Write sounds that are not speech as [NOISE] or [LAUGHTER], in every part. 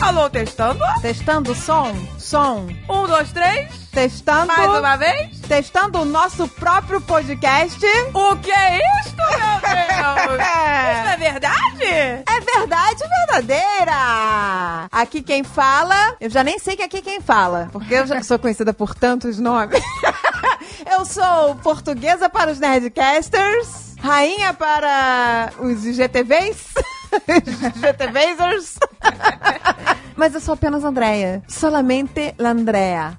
Alô, testando? Testando som, som. Um, dois, três. Testando. Mais uma vez. Testando o nosso próprio podcast. O que é isto, meu [LAUGHS] Deus? Isso é verdade? [LAUGHS] É verdade verdadeira! Aqui quem fala, eu já nem sei que aqui quem fala, porque eu já sou conhecida por tantos nomes. [LAUGHS] eu sou portuguesa para os Nerdcasters, rainha para os [LAUGHS] IGTVs. GTVazers. [LAUGHS] Mas eu sou apenas Andréia. Solamente Landrea.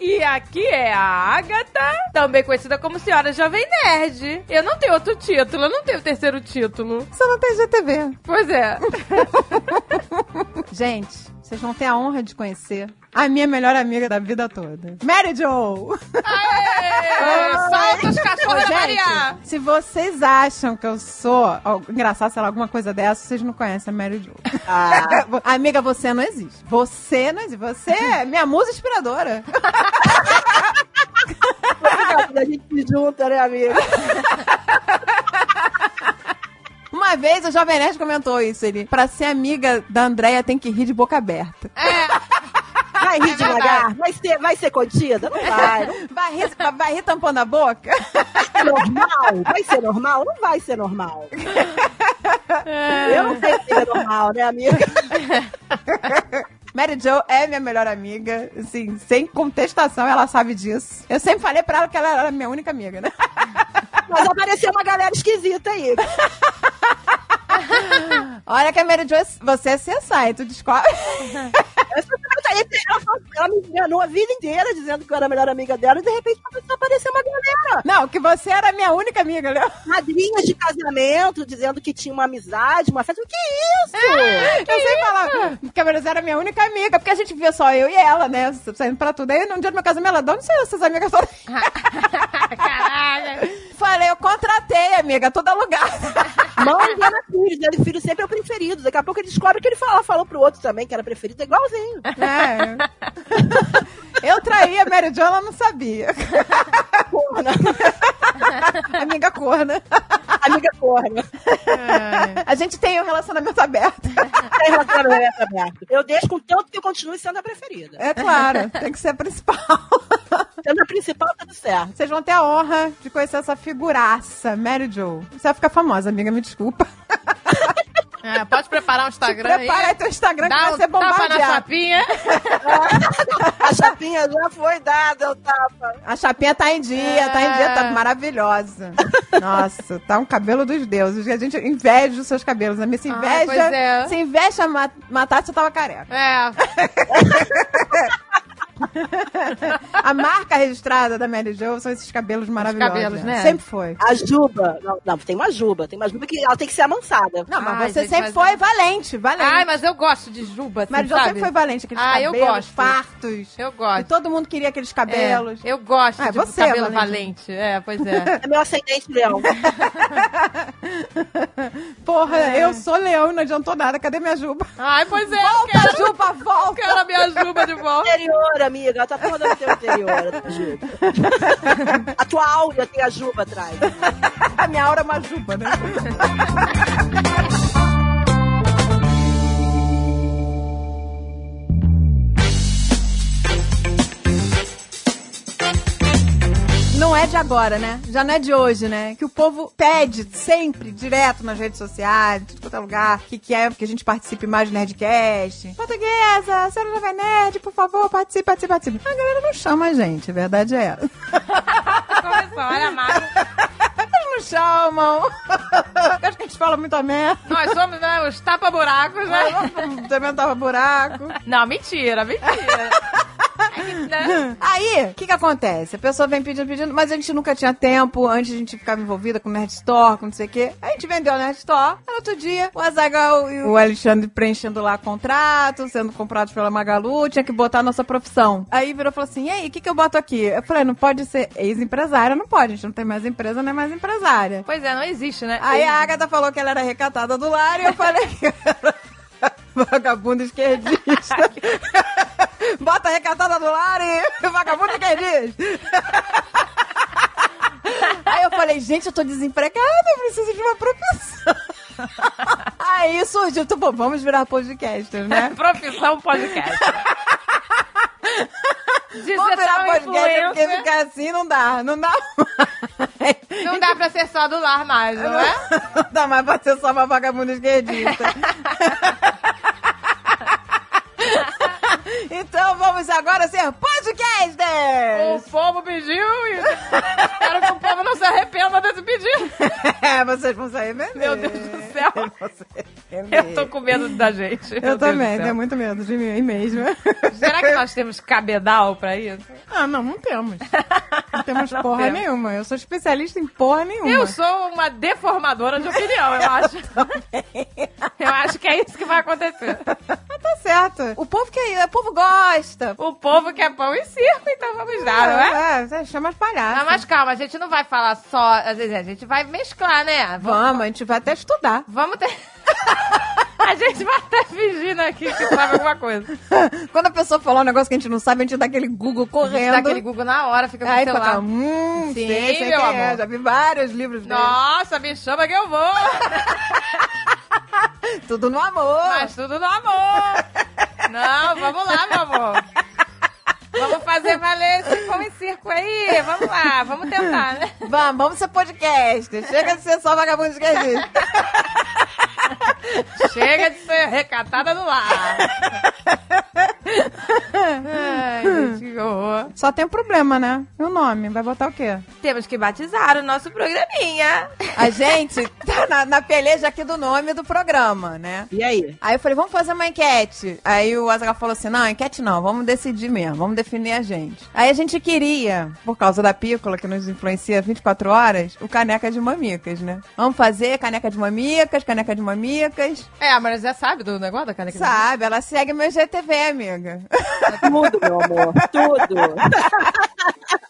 E aqui é a Agatha, também conhecida como Senhora Jovem Nerd. Eu não tenho outro título, eu não tenho terceiro título. Você não tem GTV. [LAUGHS] Pois é. Gente, vocês vão ter a honra de conhecer a minha melhor amiga da vida toda. Mary Jo! Aê! Solta os cachorros da Maria! Gente, se vocês acham que eu sou ó, engraçado, sei lá, alguma coisa dessa, vocês não conhecem a Mary Jo. [LAUGHS] Amiga, você não existe. Você não existe. Você é minha musa inspiradora. [LAUGHS] Quando a gente se junta, né, amiga? Uma vez o Jovem Nerd comentou isso. Ele, pra ser amiga da Andréia, tem que rir de boca aberta. Vai rir devagar? Vai ser, vai ser contida? Não vai. Não Vai rir, vai rir tampando a boca? vai ser normal? Vai ser normal? Não vai ser normal. Eu não sei se é normal, né, amiga? Mary Jo é minha melhor amiga, assim, sem contestação, ela sabe disso. Eu sempre falei pra ela que ela era minha única amiga, [LAUGHS] né? Mas apareceu uma galera esquisita aí. Olha que a Mary Jo, é- você é CSI, tu [LAUGHS] descobre. Essa garota aí, Ela, falou- ela me enganou a vida inteira dizendo que eu era a melhor amiga dela e de repente começou a aparecer uma galera. Não, que você era minha única amiga, né? Madrinhas de casamento dizendo que tinha uma amizade, uma festa. Que é isso? [LAUGHS] eu sempre falava que a Mary Jo era minha única amiga, porque a gente via só eu e ela, né? Saindo pra tudo. Aí, num dia do meu casamento, ela, de onde saiu essas amigas todas? [LAUGHS] Caraca. Falei, eu contratei, amiga, toda [LAUGHS] lugar. Mãe engana filho, dele filho sempre é o preferido. Daqui a pouco ele descobre que ele fala, falou pro outro também que era preferido, é igualzinho. É. Eu traí a Mary Jo, ela não sabia. Corna. [LAUGHS] Amiga corna. Amiga corna. É, A gente tem um relacionamento aberto. Tem relacionamento aberto. Eu deixo com tanto que eu continue sendo a preferida. É claro, tem que ser a principal. Sendo a principal, tá tudo certo. Vocês vão ter a honra de conhecer essa figuraça, Mary Jo. Você vai ficar famosa, amiga, me desculpa. É, pode preparar o Instagram aí. Prepara aí teu Instagram que Dá vai um ser tapa na bombardeado. chapinha. A chapinha já foi dada, o tapa. A chapinha tá em dia, tá em dia, É. tá maravilhosa. Nossa, tá um cabelo dos deuses. A gente inveja os seus cabelos, né? Se Ah, inveja, pois é. se inveja ma- matar, você tava careca. É, A marca registrada da Mary Jo são esses cabelos maravilhosos. cabelos, né? Sempre foi. A juba. Não, não, tem uma juba. Tem uma juba que ela tem que ser amansada. Não, mas Ai, você gente, sempre mas foi eu- valente, valente. ai, mas eu gosto de juba, assim, Mary Jo sabe? sempre foi valente, aqueles Ah, eu cabelos gosto. fartos. Eu E gosto. todo mundo queria aqueles cabelos. É, eu gosto Ah, de você, cabelo Valente. valente. É, pois é. [LAUGHS] É meu ascendente leão. Porra, É. eu sou leão, não adiantou nada. Cadê minha juba? Ai, pois é. eu Volta, Quero, [LAUGHS] juba, volta! quero a minha juba de volta. Interior, amiga. Ela tá toda no teu interior, a tua juba. A tua áurea tem a juba atrás. A minha aura é uma juba, né? Não é de agora, né? Já não é de hoje, né? Que o povo pede sempre, direto nas redes sociais, em tudo quanto é lugar, que que é que a gente participe mais do Nerdcast. Portuguesa, senhora Jovem Nerd, por favor, participe, participe, participe. A galera não chama a gente, a verdade é essa. Começou, olha a marca. Eles não chamam. [LAUGHS] Eu acho que a gente fala muito a merda. Nós somos né, os tapa-buracos, né? [LAUGHS] Também tava buraco. Não, mentira, mentira. É que, né? Aí, o que que acontece? A pessoa vem pedindo, pedindo, mas a gente nunca tinha tempo, antes a gente ficava envolvida com Nerd Store, com não sei o quê. A gente vendeu a Nerd Store, aí outro dia, o Azagal e o Alexandre preenchendo lá contrato, sendo comprados pela Magalu, tinha que botar a nossa profissão. Aí virou e falou assim, e aí, o que que eu boto aqui? Eu falei, não pode ser ex-empresária, não pode, a gente não tem mais empresa, não é mais empresária. Pois é, não existe, né? Aí a Agatha falou que ela era recatada do lar e eu falei que era vagabundo esquerdista. [LAUGHS] Bota a recatada do lar e vagabundo esquerdista. [LAUGHS] Aí eu falei, gente, eu tô desempregada, eu preciso de uma profissão. Aí [LAUGHS] Aí surgiu, tu, pô, vamos virar podcaster, né? Profissão podcast. Vamos virar Digital podcaster, porque influencer. ficar assim não dá, não dá [LAUGHS] mais. Não dá pra ser só do lar mais, não é? Não [LAUGHS] dá mais pra ser só uma vagabunda [LAUGHS] esquerdista. então vamos agora ser O podcasters! povo pediu e espero que o povo não se arrependa desse pedido. É, vocês vão sair mesmo. Meu Deus do [LAUGHS] céu. Eu Eu, tô com medo da gente. Meu Eu Deus também, do tenho céu. muito medo de mim mesmo. Será que nós temos cabedal pra isso? [LAUGHS] Ah, não, não temos. [LAUGHS] Não temos Não porra temos. nenhuma. Eu sou especialista em porra nenhuma. Eu sou uma deformadora de opinião, eu acho. [LAUGHS] Eu acho que é isso que vai acontecer. Mas tá certo. O povo quer, o povo gosta. O povo quer pão e circo, então vamos dar, não é? É, chama as palhaças. Não, mas calma, a gente não vai falar só. Às vezes a gente vai mesclar, né? Vamos, a gente vai até estudar. [LAUGHS] Vamos ter. [LAUGHS] A gente vai até fingindo aqui que sabe alguma coisa. Quando a pessoa falar um negócio que a gente não sabe, a gente dá aquele Google A gente correndo. dá aquele Google na hora, fica com o Aí tu celular. fala, hum, Sim, sei, sei meu quem é. amor. Já vi vários livros dele. Nossa, me chama que eu vou! Tudo no amor. Mas tudo no amor! Não, vamos lá, meu amor! Vamos fazer valer esse pão e circo aí! Vamos lá, vamos tentar, né? Vamos, vamos ser podcast. Chega de ser só vagabundo esquerdista. Chega de ser recatada no lar! Ai, gente, que horror! [LAUGHS] Só tem um problema, né? E o nome? Vai botar o quê? Temos que batizar o nosso programinha! A gente tá na, na peleja aqui do nome do programa, né? E aí? Aí eu falei, vamos fazer uma enquete. Aí o Azaghal falou assim, não, enquete não, vamos decidir mesmo, vamos definir a gente. Aí a gente queria, por causa da pícola que nos influencia 24 horas, o caneca de mamicas, né? Vamos fazer caneca de mamicas, caneca de mamicas. É, a Maria sabe do negócio da caneca? Sabe, ela segue meu GTV, amiga. [LAUGHS] Tá Tudo, meu amor. Tudo. Tá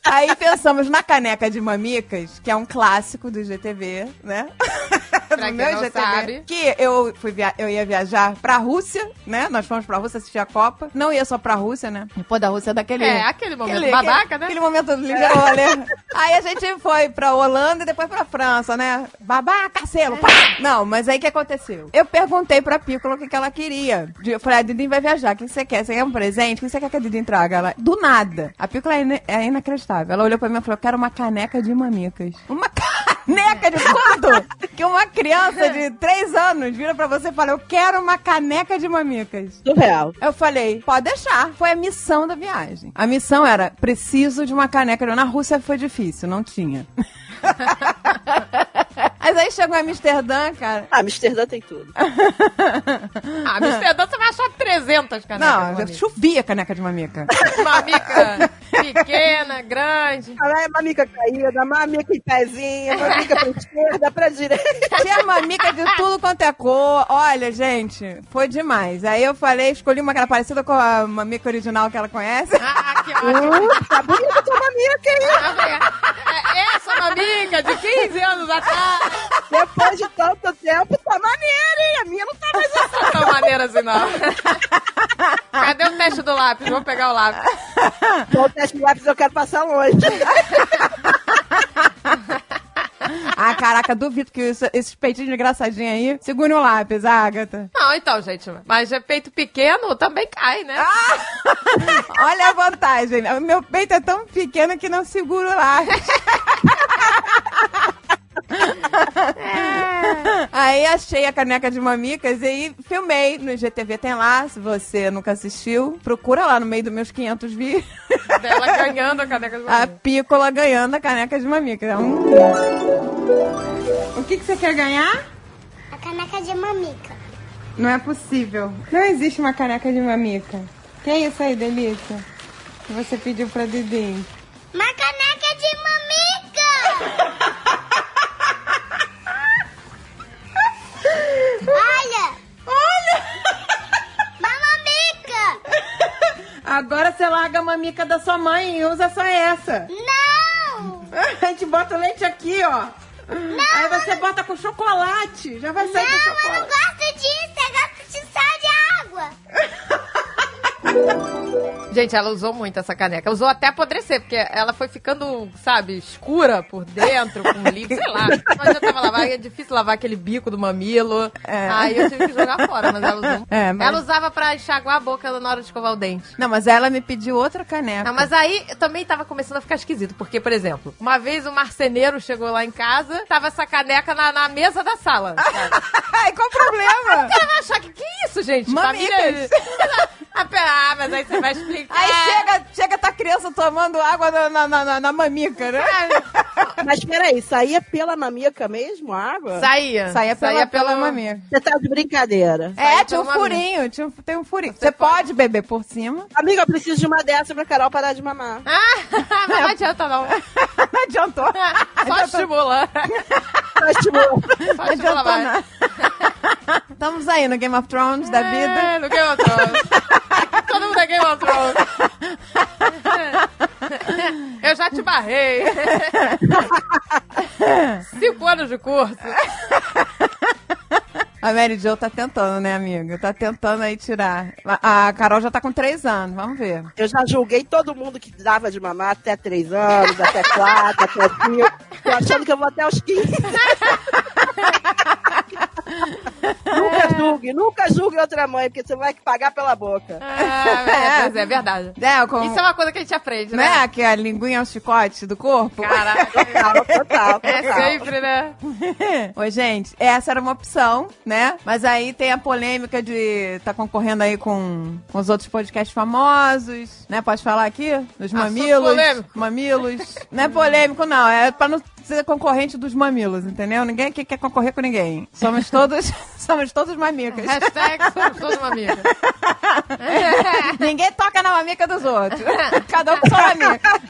Aí pensamos na caneca de mamicas, que é um clássico do GTV, né? [LAUGHS] Pra quem não sabe. Que eu, fui via- eu ia viajar pra Rússia, né? Nós fomos pra Rússia assistir a Copa. Não ia só pra Rússia, né? Pô, da Rússia é daquele... É, aquele momento aquele- babaca, aquele- né? Aquele momento ligeiro, [LAUGHS] né? Aí a gente foi pra Holanda e depois pra França, né? Babaca, É. selo, pá! Não, mas aí o que aconteceu? Eu perguntei pra Pícola o que, que ela queria. De- Eu falei, a Didin vai viajar, o que que você quer? Você quer um presente? O que você quer que a Didin traga? Ela, do nada. A Pícola é, ina- é inacreditável. Ela olhou pra mim e falou, eu quero uma caneca de mamicas. Uma caneca de [LAUGHS] quando? que uma criança de 3 anos vira pra você e fala, eu quero uma caneca de mamicas. Surreal. Eu falei, pode deixar. Foi a missão da viagem. A missão era, preciso de uma caneca. Na Rússia foi difícil, não tinha. [LAUGHS] Mas aí chegou em Amsterdã, cara. Ah, Amsterdã tem tudo. Ah, Amsterdã, você vai achar 300 canecas. Não, chovia caneca de mamica. Mamica [LAUGHS] pequena, grande. Ela é mamica caída, mamica em pezinho, mamica pra esquerda, pra direita. Tinha mamica de tudo quanto é cor. Olha, gente, foi demais. Aí eu falei, escolhi uma que era parecida com a mamica original que ela conhece. Ah, que ótimo. Uh, tá bonita tua mamica, hein? É Essa mamica de 15 anos atrás. Depois de tanto tempo, tá maneira, hein? A minha não tá mais assim. Não é tão maneira assim, não. Cadê o teste do lápis? Vou pegar o lápis. Bom, o teste de lápis eu quero passar longe. Ah, caraca, duvido que isso- esses peitinhos engraçadinhos aí segurem o lápis, Agatha. Não, então, gente, mas é peito pequeno também cai, né? [LAUGHS] Olha a vantagem. O meu peito é tão pequeno que não seguro lá. [LAUGHS] Aí achei a caneca de mamicas e aí filmei no IGTV tem lá, se você nunca assistiu, procura lá no meio dos meus 500 vídeos, Dela ganhando a caneca de [LAUGHS] a mamica. pícola ganhando a caneca de mamicas. É um- O que, que você quer ganhar? A caneca de mamica. Não é possível. Não existe uma caneca de mamica. Que é isso aí, delícia? Que Você pediu pra Didinho. Uma caneca de mamica! Olha! Olha! Uma mamica! Agora você larga a mamica da sua mãe e usa só essa. Não! A gente bota o leite aqui, ó. Aí você bota com chocolate. Já vai sair com Não, eu não chocolate. gosto disso, eu gosto de sal de água! Gente, ela usou muito essa caneca. Usou até apodrecer, porque ela foi ficando, sabe, escura por dentro, com líquido, sei lá. Mas eu tava lavando, é difícil lavar aquele bico do mamilo. É. Aí eu tive que jogar fora, mas ela usou. É, mas- Ela usava pra enxaguar a boca na hora de escovar o dente. Não, mas ela me pediu outra caneca. Ah, mas aí eu também tava começando a ficar esquisito, porque, por exemplo, uma vez um marceneiro chegou lá em casa, tava essa caneca na, na mesa da [LAUGHS] sala. sabe? Ai, qual o problema? Ela vai achar que que [LAUGHS] é isso, gente? [LAUGHS] Mamicas. Família- Ah, pera, ah, mas aí você vai explicar. Aí chega, chega tá criança tomando água na, na, na, na- na mamica, né? Mas peraí, saía pela mamica mesmo a água? É. Saía. Saía pela, pela pelo- mamica. Você tá de brincadeira. É, Saía tinha um pela mamica. furinho, tinha, um- tem um furinho. Você pode beber por cima. Amiga, eu preciso de uma dessa pra Carol parar de mamar. Ah, [LAUGHS] mas não adianta [LAUGHS] não. Não adiantou. Só estimula. Mas, tipo, Só Não estimula adiantou mais. nada. [LAUGHS] Estamos aí no Game of Thrones da vida. É, no Game of [LAUGHS] Thrones. Todo mundo é Game of Thrones. Eu já te barrei. Cinco anos de curso. A Mary Jo tá tentando, né, amiga? Tá tentando aí tirar. A, a Carol já tá com três anos, vamos ver. eu já julguei todo mundo que dava de mamar até 3 anos, até 4, até 5. Tô achando que eu vou até os 15. nunca julgue, nunca julgue outra mãe, porque você vai pagar pela boca. Ah, é, pois é, é verdade. É, com, Isso é uma coisa que a gente aprende, né? né? Que a linguinha é o chicote [LAUGHS] do corpo. Caraca. Total, total, É total. sempre, né? Oi, gente, essa era uma opção, né? Mas aí tem a polêmica de tá concorrendo aí com, com os outros podcasts famosos, né? Pode falar aqui? Dos mamilos. polêmico. Mamilos. Não é polêmico, não. É pra não ser concorrente dos mamilos, entendeu? Ninguém aqui quer concorrer com ninguém. Somos todos, [LAUGHS] somos todos mamicas. Hashtag somos todos uma amiga. [LAUGHS] Ninguém toca na mamica dos outros. Cada um com [LAUGHS] sua mamica.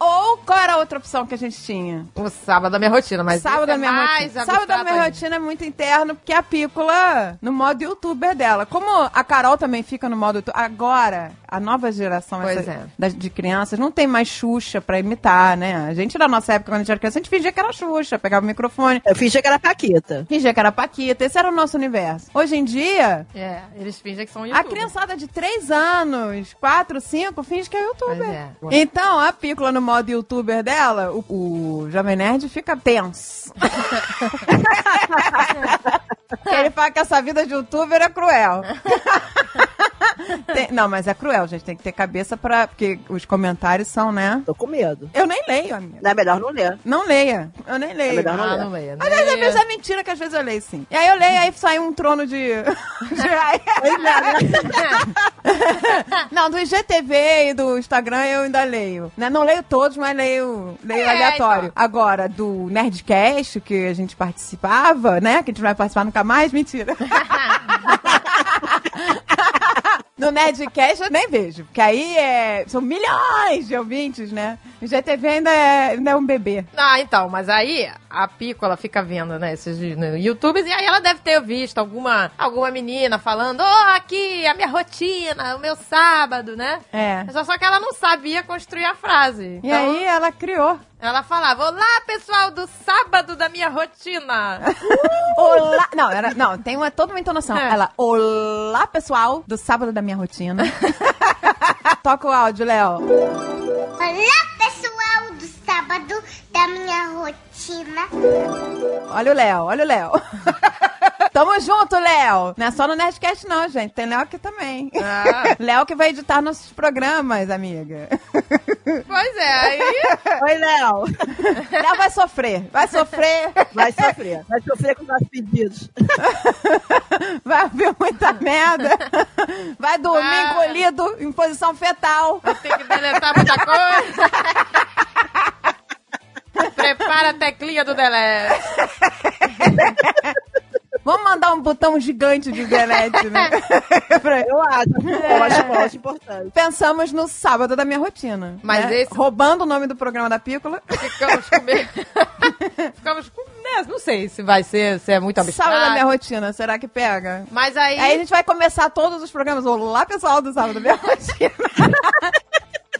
Ou qual era a outra opção que a gente tinha? O sábado da minha rotina, mas sábado esse é da minha mais rotina. Sábado da abstrato minha ainda. rotina é muito interno, porque a pícola no modo youtuber dela. Como a Carol também fica no modo youtuber, agora, a nova geração Pois essa- é. das- de crianças não tem mais Xuxa pra imitar, né? A gente, na nossa época, quando a gente era criança, a gente fingia que era Xuxa, pegava o microfone. Eu fingi que era Paquita. Fingia que era Paquita, esse era o nosso universo. Hoje em dia, É, eles fingem que são a youtuber. criançada de 3 anos, 4, 5, finge que é youtuber. Pois é. Então, a pícola no modo youtuber dela, o, o Jovem Nerd [LAUGHS] fica tenso. Ele fala que essa vida de youtuber [LAUGHS] é cruel. Tem- não, mas é cruel, gente. Tem que ter cabeça pra. Porque os comentários são, né? Tô com medo. Eu nem leio, amiga. Não é melhor não ler. Não leia. Eu nem É leio. melhor Ah, não leia. Aliás, é leia. mesmo é mentira que às vezes eu leio sim. E aí eu leio, aí sai um trono de. [LAUGHS] de- Pois é, né? [LAUGHS] Não, do IGTV e do Instagram eu ainda leio. Né? Não leio todos, mas leio, leio É, aleatório. então. Agora, do Nerdcast, que a gente participava, né? Que a gente não vai participar nunca mais, mentira. No Nerdcast eu nem vejo, porque aí é, são milhões de ouvintes, né? O IGTV ainda é, ainda é um bebê. Ah, então, mas aí a Pico, ela fica vendo, né, esses no YouTube, e aí ela deve ter visto alguma, alguma menina falando, ô, aqui, a minha rotina, o meu sábado, né? É. Só, só que ela não sabia construir a frase. E Então, aí ela criou. Ela falava, olá, pessoal do sábado da minha rotina. Olá! Não, era, não tem uma, toda uma entonação. É. Ela, olá pessoal, do sábado da minha rotina. Toca o áudio, Léo. Olá, pessoal do sábado da minha rotina. Olha o Léo, olha o Léo. Tamo junto, Léo. Não é só no Nerdcast, não, gente. Tem Léo aqui também. [LAUGHS] Ah. Léo que vai editar nossos programas, amiga. pois é, aí... Oi, Léo. [LAUGHS] Léo vai sofrer, vai sofrer. Vai sofrer. É, Vai sofrer com os nossos pedidos. Vai ouvir muita merda. Vai dormir Ah. encolhido em posição fetal. Tem que deletar muita coisa. [LAUGHS] Prepara a teclinha do delete. Vamos mandar um botão gigante de delete, [LAUGHS] né? Pra- Eu acho. assim, Eu acho, eu acho importante. Pensamos no sábado da minha rotina. Mas né? esse- Roubando o nome do programa da Pícola. Ficamos com medo. [LAUGHS] Ficamos com né, Não sei se vai ser, se é muito abstrato. Sábado da minha rotina, será que pega? Mas aí. [LAUGHS] Aí a gente vai começar todos os programas. Olá, pessoal do Sábado da Minha Rotina.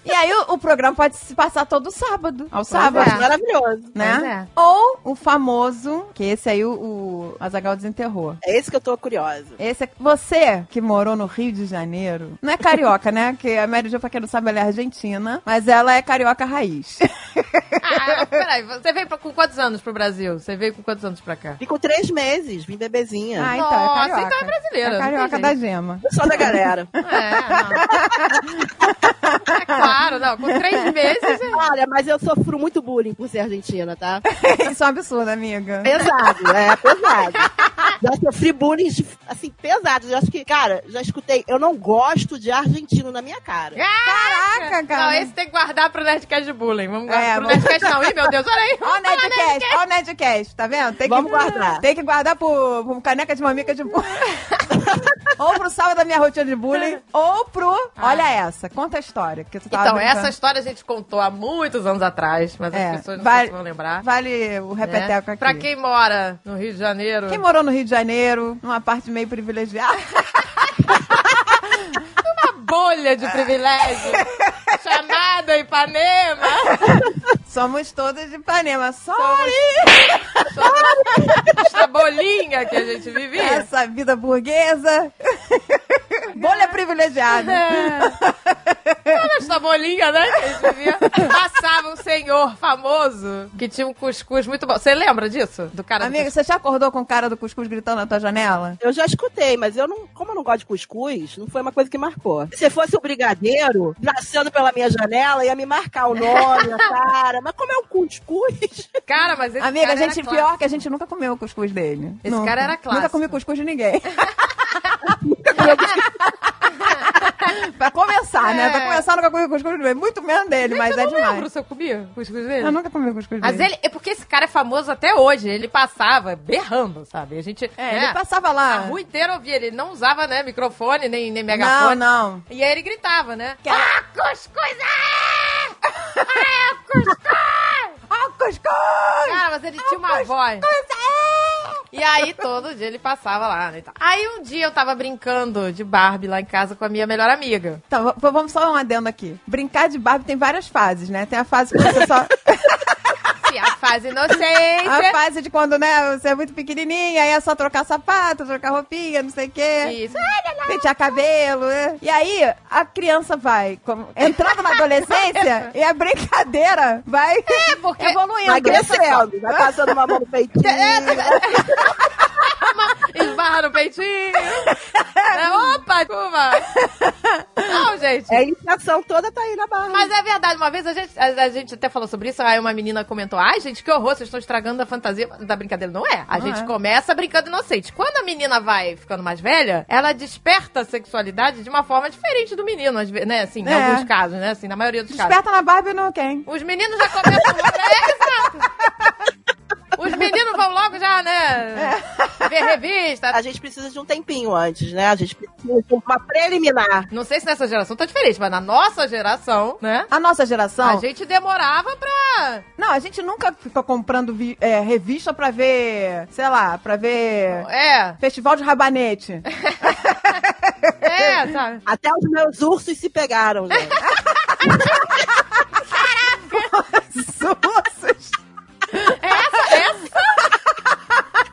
E aí o, o programa pode se passar todo sábado. Ao sábado. é. Maravilhoso. Pois Né? é. Ou o famoso, que esse aí o, o Azagal desenterrou. É esse que eu tô curiosa. Esse é- você que morou no Rio de Janeiro, não é carioca, né? Que a Mary Jo, pra quem não sabe, ela é argentina, mas ela é carioca raiz. Ah, peraí, você veio pra- com quantos anos pro Brasil? Você veio com quantos anos pra cá? Vim com três meses, vim bebezinha. Ah, Ai. então, [LAUGHS] é Nossa, carioca. então é brasileira, não É tem carioca jeito. da gema. Só da [LAUGHS] galera. É, não. é claro, não. Com três meses. é- Olha, mas eu sofro muito bullying por ser argentina, [LAUGHS] tá? Isso é um absurdo, amiga. Pesado, é pesado. Já sofri bullying, de- assim, pesado. Eu acho que, cara, já escutei. Eu não gosto de argentino na minha cara. Caraca, cara. Não, esse tem que guardar pro Nerdcast de bullying. Vamos guardar É, pro vamos- Nerdcast não. Ih, meu Deus, olha aí. Ó o Nerdcast, ó o Nerdcast, tá vendo? Tem Vamos que, guardar. Tem que guardar pro, pro caneca de mamica de [LAUGHS] bullying. ou pro salve da minha rotina de bullying, ou pro... Olha essa, conta a história. Que tu Ah. tava Então, brincando. essa história a gente contou há muitos anos atrás, mas É, as pessoas não vale- sei se vão lembrar. Vale o né? repeteco aqui. Pra quem mora no Rio de Janeiro. Quem morou no Rio de Janeiro, numa parte meio privilegiada, [LAUGHS] uma bolha de privilégio chamada Ipanema. somos todas de Ipanema. Só Essa bolinha que a gente vivia. essa vida burguesa. Bolha privilegiada. Essa bolinha, né? Que a gente vivia. Passava um senhor famoso que tinha um cuscuz muito bom. Você lembra disso? Do [LAUGHS] cara do Amiga, você já acordou com o cara do cuscuz gritando na tua janela? Eu já escutei, mas eu não, como eu não gosto de cuscuz, não foi uma coisa que marcou. Se fosse um brigadeiro passando pela minha janela, ia me marcar o nome, a cara. Mas como é um cuscuz? cuscuz? Cara, mas esse Amiga, a cara era gente, clássico. pior que a gente nunca comeu o cuscuz dele. Esse Nunca. cara era Nunca clássico. comi cuscuz [LAUGHS] de ninguém. pra começar, né? Pra É. começar, nunca comi cuscuz de ninguém. Muito menos dele, mas é Eu não demais. lembro se eu comia cuscuz dele. Eu nunca comi cuscuz Mas dele. ele. É porque esse cara é famoso até hoje. Ele passava berrando, sabe? A gente. É, né, ele passava lá. A rua inteira ouvia. Ele não usava, né, microfone, nem, nem megafone. Não, não. E aí ele gritava, né? Que era- Ah, cuscuz! Ah! Ah, cuscuz! Ah, o cuscuz! Cara, Ah, mas ele tinha uma voz. E aí, todo dia ele passava lá, né? e tal. Aí um dia eu tava brincando de Barbie lá em casa com a minha melhor amiga. Então, v- vamos só um adendo aqui. Brincar de Barbie tem várias fases, né? Tem a fase que [LAUGHS] você só. Assim, a fase inocente. a fase de quando, né, você é muito pequenininha, aí é só trocar sapato, trocar roupinha, não sei o quê. Isso. Ai, lá, lá. Pentear cabelo, né? E aí, a criança vai como, entrando [LAUGHS] na adolescência e a brincadeira vai É, porque- é evoluindo. Vai crescendo, vai passando uma mão no peitinho. Esbarra no peitinho. É, opa, desculpa. Não, gente. É, a iniciação toda tá aí na barra. Mas é verdade, uma vez a gente, a, a gente até falou sobre isso, aí uma menina comentou: ai, gente, que horror, vocês estão estragando a fantasia da brincadeira. Não é. A Não gente é. começa brincando inocente. Quando a menina vai ficando mais velha, ela desperta a sexualidade de uma forma diferente do menino, às ve- né? Assim, em É. alguns casos, né? Assim, na maioria dos casos. Desperta na Barbie no quem? Os meninos já começam logo. [LAUGHS] É, exato. Os meninos vão logo já, né? É. Ver revista, A gente precisa de um tempinho antes, né? A gente precisa de uma preliminar. Não sei se nessa geração tá diferente, mas na nossa geração, né? A nossa geração. A gente demorava pra. Não, a gente nunca fica comprando vi- é, revista pra ver, sei lá, pra ver. É, Festival de Rabanete. [LAUGHS] é, sabe? Até os meus ursos se pegaram, né? gente. Sussos. Essa, essa.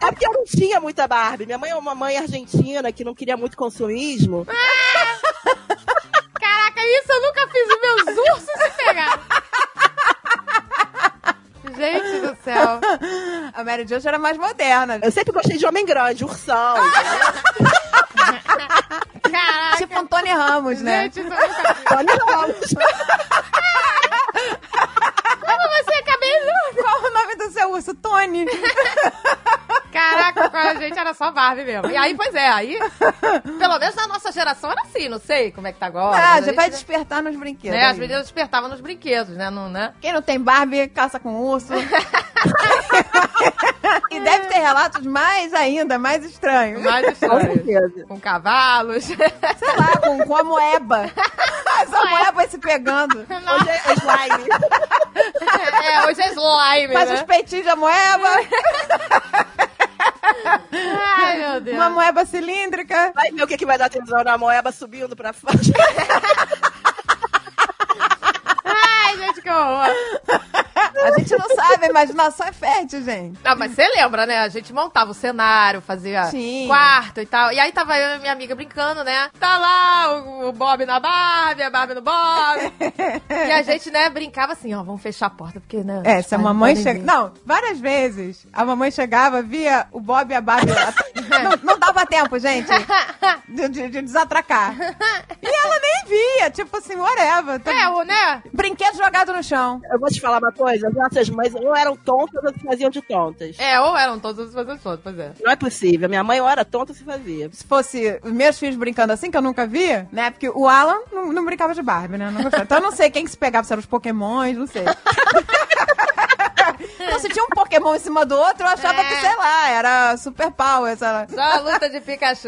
É porque eu não tinha muita Barbie. Minha mãe é uma mãe argentina que não queria muito consumismo. Caraca, isso eu nunca fiz os meus ursos se pegar. Gente do céu. A Mary Jo já era mais moderna. Eu sempre gostei de homem grande, ursão. Caraca. Tipo Antônio Ramos, né? Gente, isso eu nunca fiz. Tony Ramos. Como você é cabelo? Qual o nome do seu urso? Tony. Caraca, com a gente era só Barbie mesmo. E aí, pois é, aí. Pelo menos na nossa geração era assim, não sei como é que tá agora. Ah, mas a já vai gente, despertar nos brinquedos. né, As aí. meninas despertavam nos brinquedos, né? Não, né? Quem não tem Barbie, caça com [LAUGHS] urso. e deve ter relatos mais ainda, mais estranhos. Mais Com histórias. certeza. com cavalos. [LAUGHS] Sei lá, com, com a [LAUGHS] moeba. Só a moeba se pegando. Hoje é slime. é, hoje é slime, Faz os né? peitinhos da moeba, Ai, meu Deus. uma moeba cilíndrica. Vai ver o que, que vai dar atenção na moeba subindo pra faixa. que horror. A gente não sabe, a imaginação é fértil, gente. Não, mas você lembra, né? A gente montava o cenário, fazia Sim. quarto e tal. E aí tava eu e minha amiga brincando, né? Tá lá o, o Bob na Barbie, a Barbie no [LAUGHS] Bob. e a gente, né, brincava assim, ó, vamos fechar a porta, porque, né? É, os se a pais mamãe podem chegava. ver. Não, várias vezes a mamãe chegava, via o Bob e a Barbie. [LAUGHS] lá. não, não dava tempo, gente, de, de- de desatracar. E ela nem via, tipo assim, whatever. Tá... É, o, né? Brinquedo jogado no chão. Eu vou te falar uma coisa, as nossas mães ou eram tontas ou se faziam de tontas. É, ou eram todos os fazendo todos, pois é. Não é possível, minha mãe ou era tonta ou se fazia. Se fosse os meus filhos brincando assim, que eu nunca vi, né? Porque o Alan não, não brincava de Barbie, né? Não gostava. Então eu não sei quem que se pegava, se eram os pokémons, não sei. [LAUGHS] Então, se tinha um Pokémon em cima do outro, eu achava É. que, sei lá, era super power, sei lá. Só a luta de [LAUGHS] Pikachu.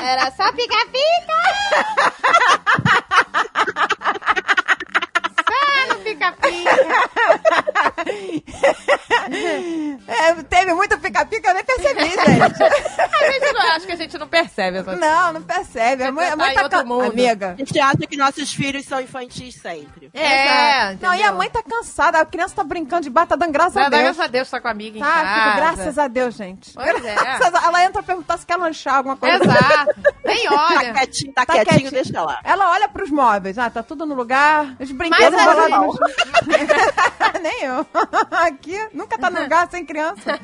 Era só pica-pica! Só no [LAUGHS] pica-pica! É, teve muito pica-pica, eu nem percebi, [LAUGHS] gente. A gente não, acho que a gente não percebe essas Não, não percebe. É, mu pensar tá em é muita outro ca- mundo. Amiga. A gente acha que nossos filhos são infantis sempre. É, Não, e a mãe tá cansada, a criança tá brincando de bata, tá dando graças a Graças, Deus. graças a Deus tá com a amiga em Tá, casa. fico, graças a Deus, gente. Pois é. Graças a- Ela entra perguntar se quer lanchar alguma coisa. Exato. [LAUGHS] Nem Tá olha. quietinho, tá, Tá quietinho, quietinho. deixa lá. Ela olha pros móveis, ah, tá tudo no lugar. Os Mas assim- brinquedos a lá gente- no- [LAUGHS] Nem eu. [LAUGHS] Aqui nunca tá no lugar sem criança.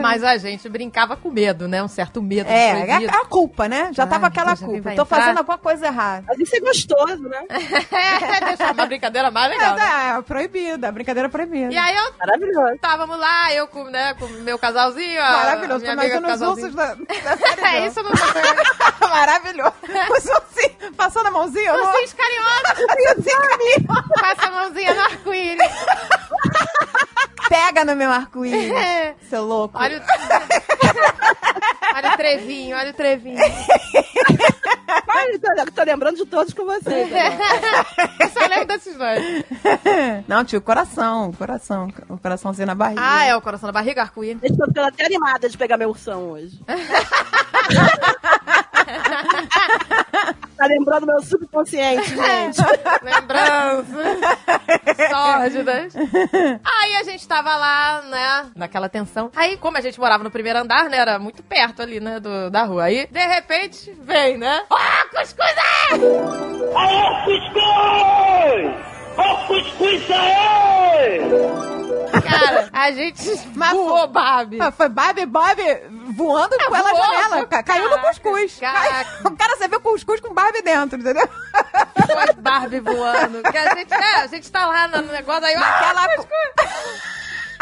Mas a gente brincava com medo, né? Um certo medo É, é proibido. [LAUGHS] a, a culpa, né? Já Ai, tava aquela Deus, alguém culpa. vai Tô fazendo entrar? alguma coisa errada. Mas isso é gostoso, né? É, deixar uma brincadeira mais É, legal. né? é, proibida, a brincadeira é proibida. E aí eu Maravilhoso. estávamos lá, eu com, né, com meu casalzinho. Ah, a- Maravilhoso, minha tô amiga com o imaginando os ursos casalzinho. da, [LAUGHS] da série É, Joe. isso eu não sei. Maravilhoso. Os ursinhos passando a mãozinha. eu não- assim, Ursinhos carinhosos [LAUGHS] Os ursinhos caminham. com essa mãozinha no arco-íris. Pega no meu [LAUGHS] É. arco-íris, seu louco. [LAUGHS] Olha o... olha o [LAUGHS] trevinho, olha o trevinho. Ai, tô, tô lembrando de todos com né? vocês. É. agora. Eu só lembro desses dois. [LAUGHS] Não, tio, coração, coração. O coraçãozinho na barriga. Ah, é o coração da barriga, arco-íris. Gente, tô ficando até animada de pegar meu ursão hoje. tá lembrando meu subconsciente, É. gente. Lembranças. Sórdidas. Aí a gente tava lá, né? Naquela tensão. Aí, como a gente morava no primeiro andar, né? Era muito perto ali, né? Do, da rua. Aí, de repente, vem, né? Ó, cuscuz aí! Aô, cuscuz! Ó, cuscuz aí! Cara, a gente Mas voou, Barbie. Ah, Foi Barbie Bob É, voando com ela na voou, janela. foi- Ca- Caiu no Caraca, cuscuz. caraca. Cai- O cara você viu cuscuz com Barbie dentro, [LAUGHS] entendeu? Foi Barbie voando. Que a gente, né? A gente tá lá no negócio, aí... ó, Aquela [LAUGHS]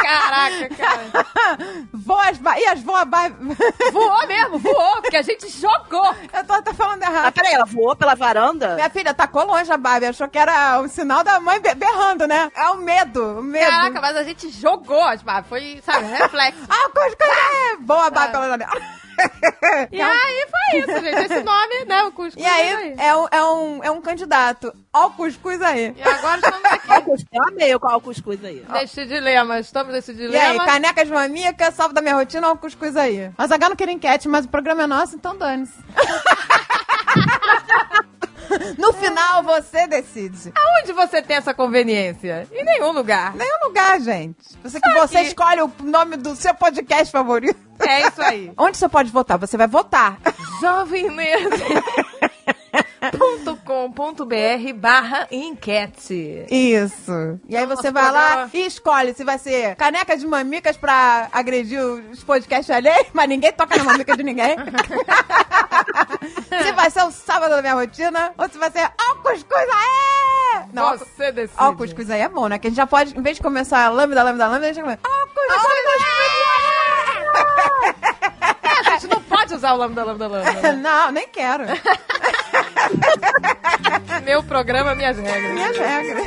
Caraca, cara. voa as Bar- E as voa Barbie. Voou mesmo, voou, porque a gente jogou. [LAUGHS] Eu tô até falando Ah, errado. peraí, ela voou pela varanda? Minha filha tacou longe a Barbie. Achou que era o sinal da mãe be- berrando, né? É o medo, o medo. Caraca, mas a gente jogou, tipo, foi, sabe, reflexo. Ah, o cuscuz é boa a Barbie pela janela. [LAUGHS] E aí foi isso, gente. Esse nome, né? O cuscuz. E aí, é um, é um, é um candidato. Ó o cuscuz aí. E agora estamos Qual o aqui cuscuz? Eu amei qual o cuscuz aí. neste dilema. Estamos nesse E aí, dilema. caneca de mamica, salve da minha rotina, ó o cuscuz aí. Mas agora não queria enquete, mas o programa é nosso, então dane-se. [LAUGHS] no final, você decide. Ah, Aonde você tem essa conveniência? Em nenhum lugar. Nenhum lugar, gente. Você que você aqui. escolhe o nome do seu podcast favorito. É isso [LAUGHS] aí. Onde você pode votar? Você vai votar. jovemnerd.com.br barra enquete. Isso. E aí Então, você nosso vai lá programa- e escolhe se vai ser caneca de mamicas pra agredir os podcasts alheios, [LAUGHS] mas ninguém toca na mamica de ninguém. [LAUGHS] se vai ser o sábado da minha rotina ou se vai ser ó o cuscuz aí! Não, ó o cu- você decide. ó o cuscuz aí é bom, né? Que a gente já pode, em vez de começar a lâmina, lâmina, lâmina, a gente começa ó o cuscuz A gente não pode usar o lambda, lambda, [LAUGHS] aí! lambda. [LAUGHS] Não, nem quero. Meu programa, minhas regras. Minhas regras.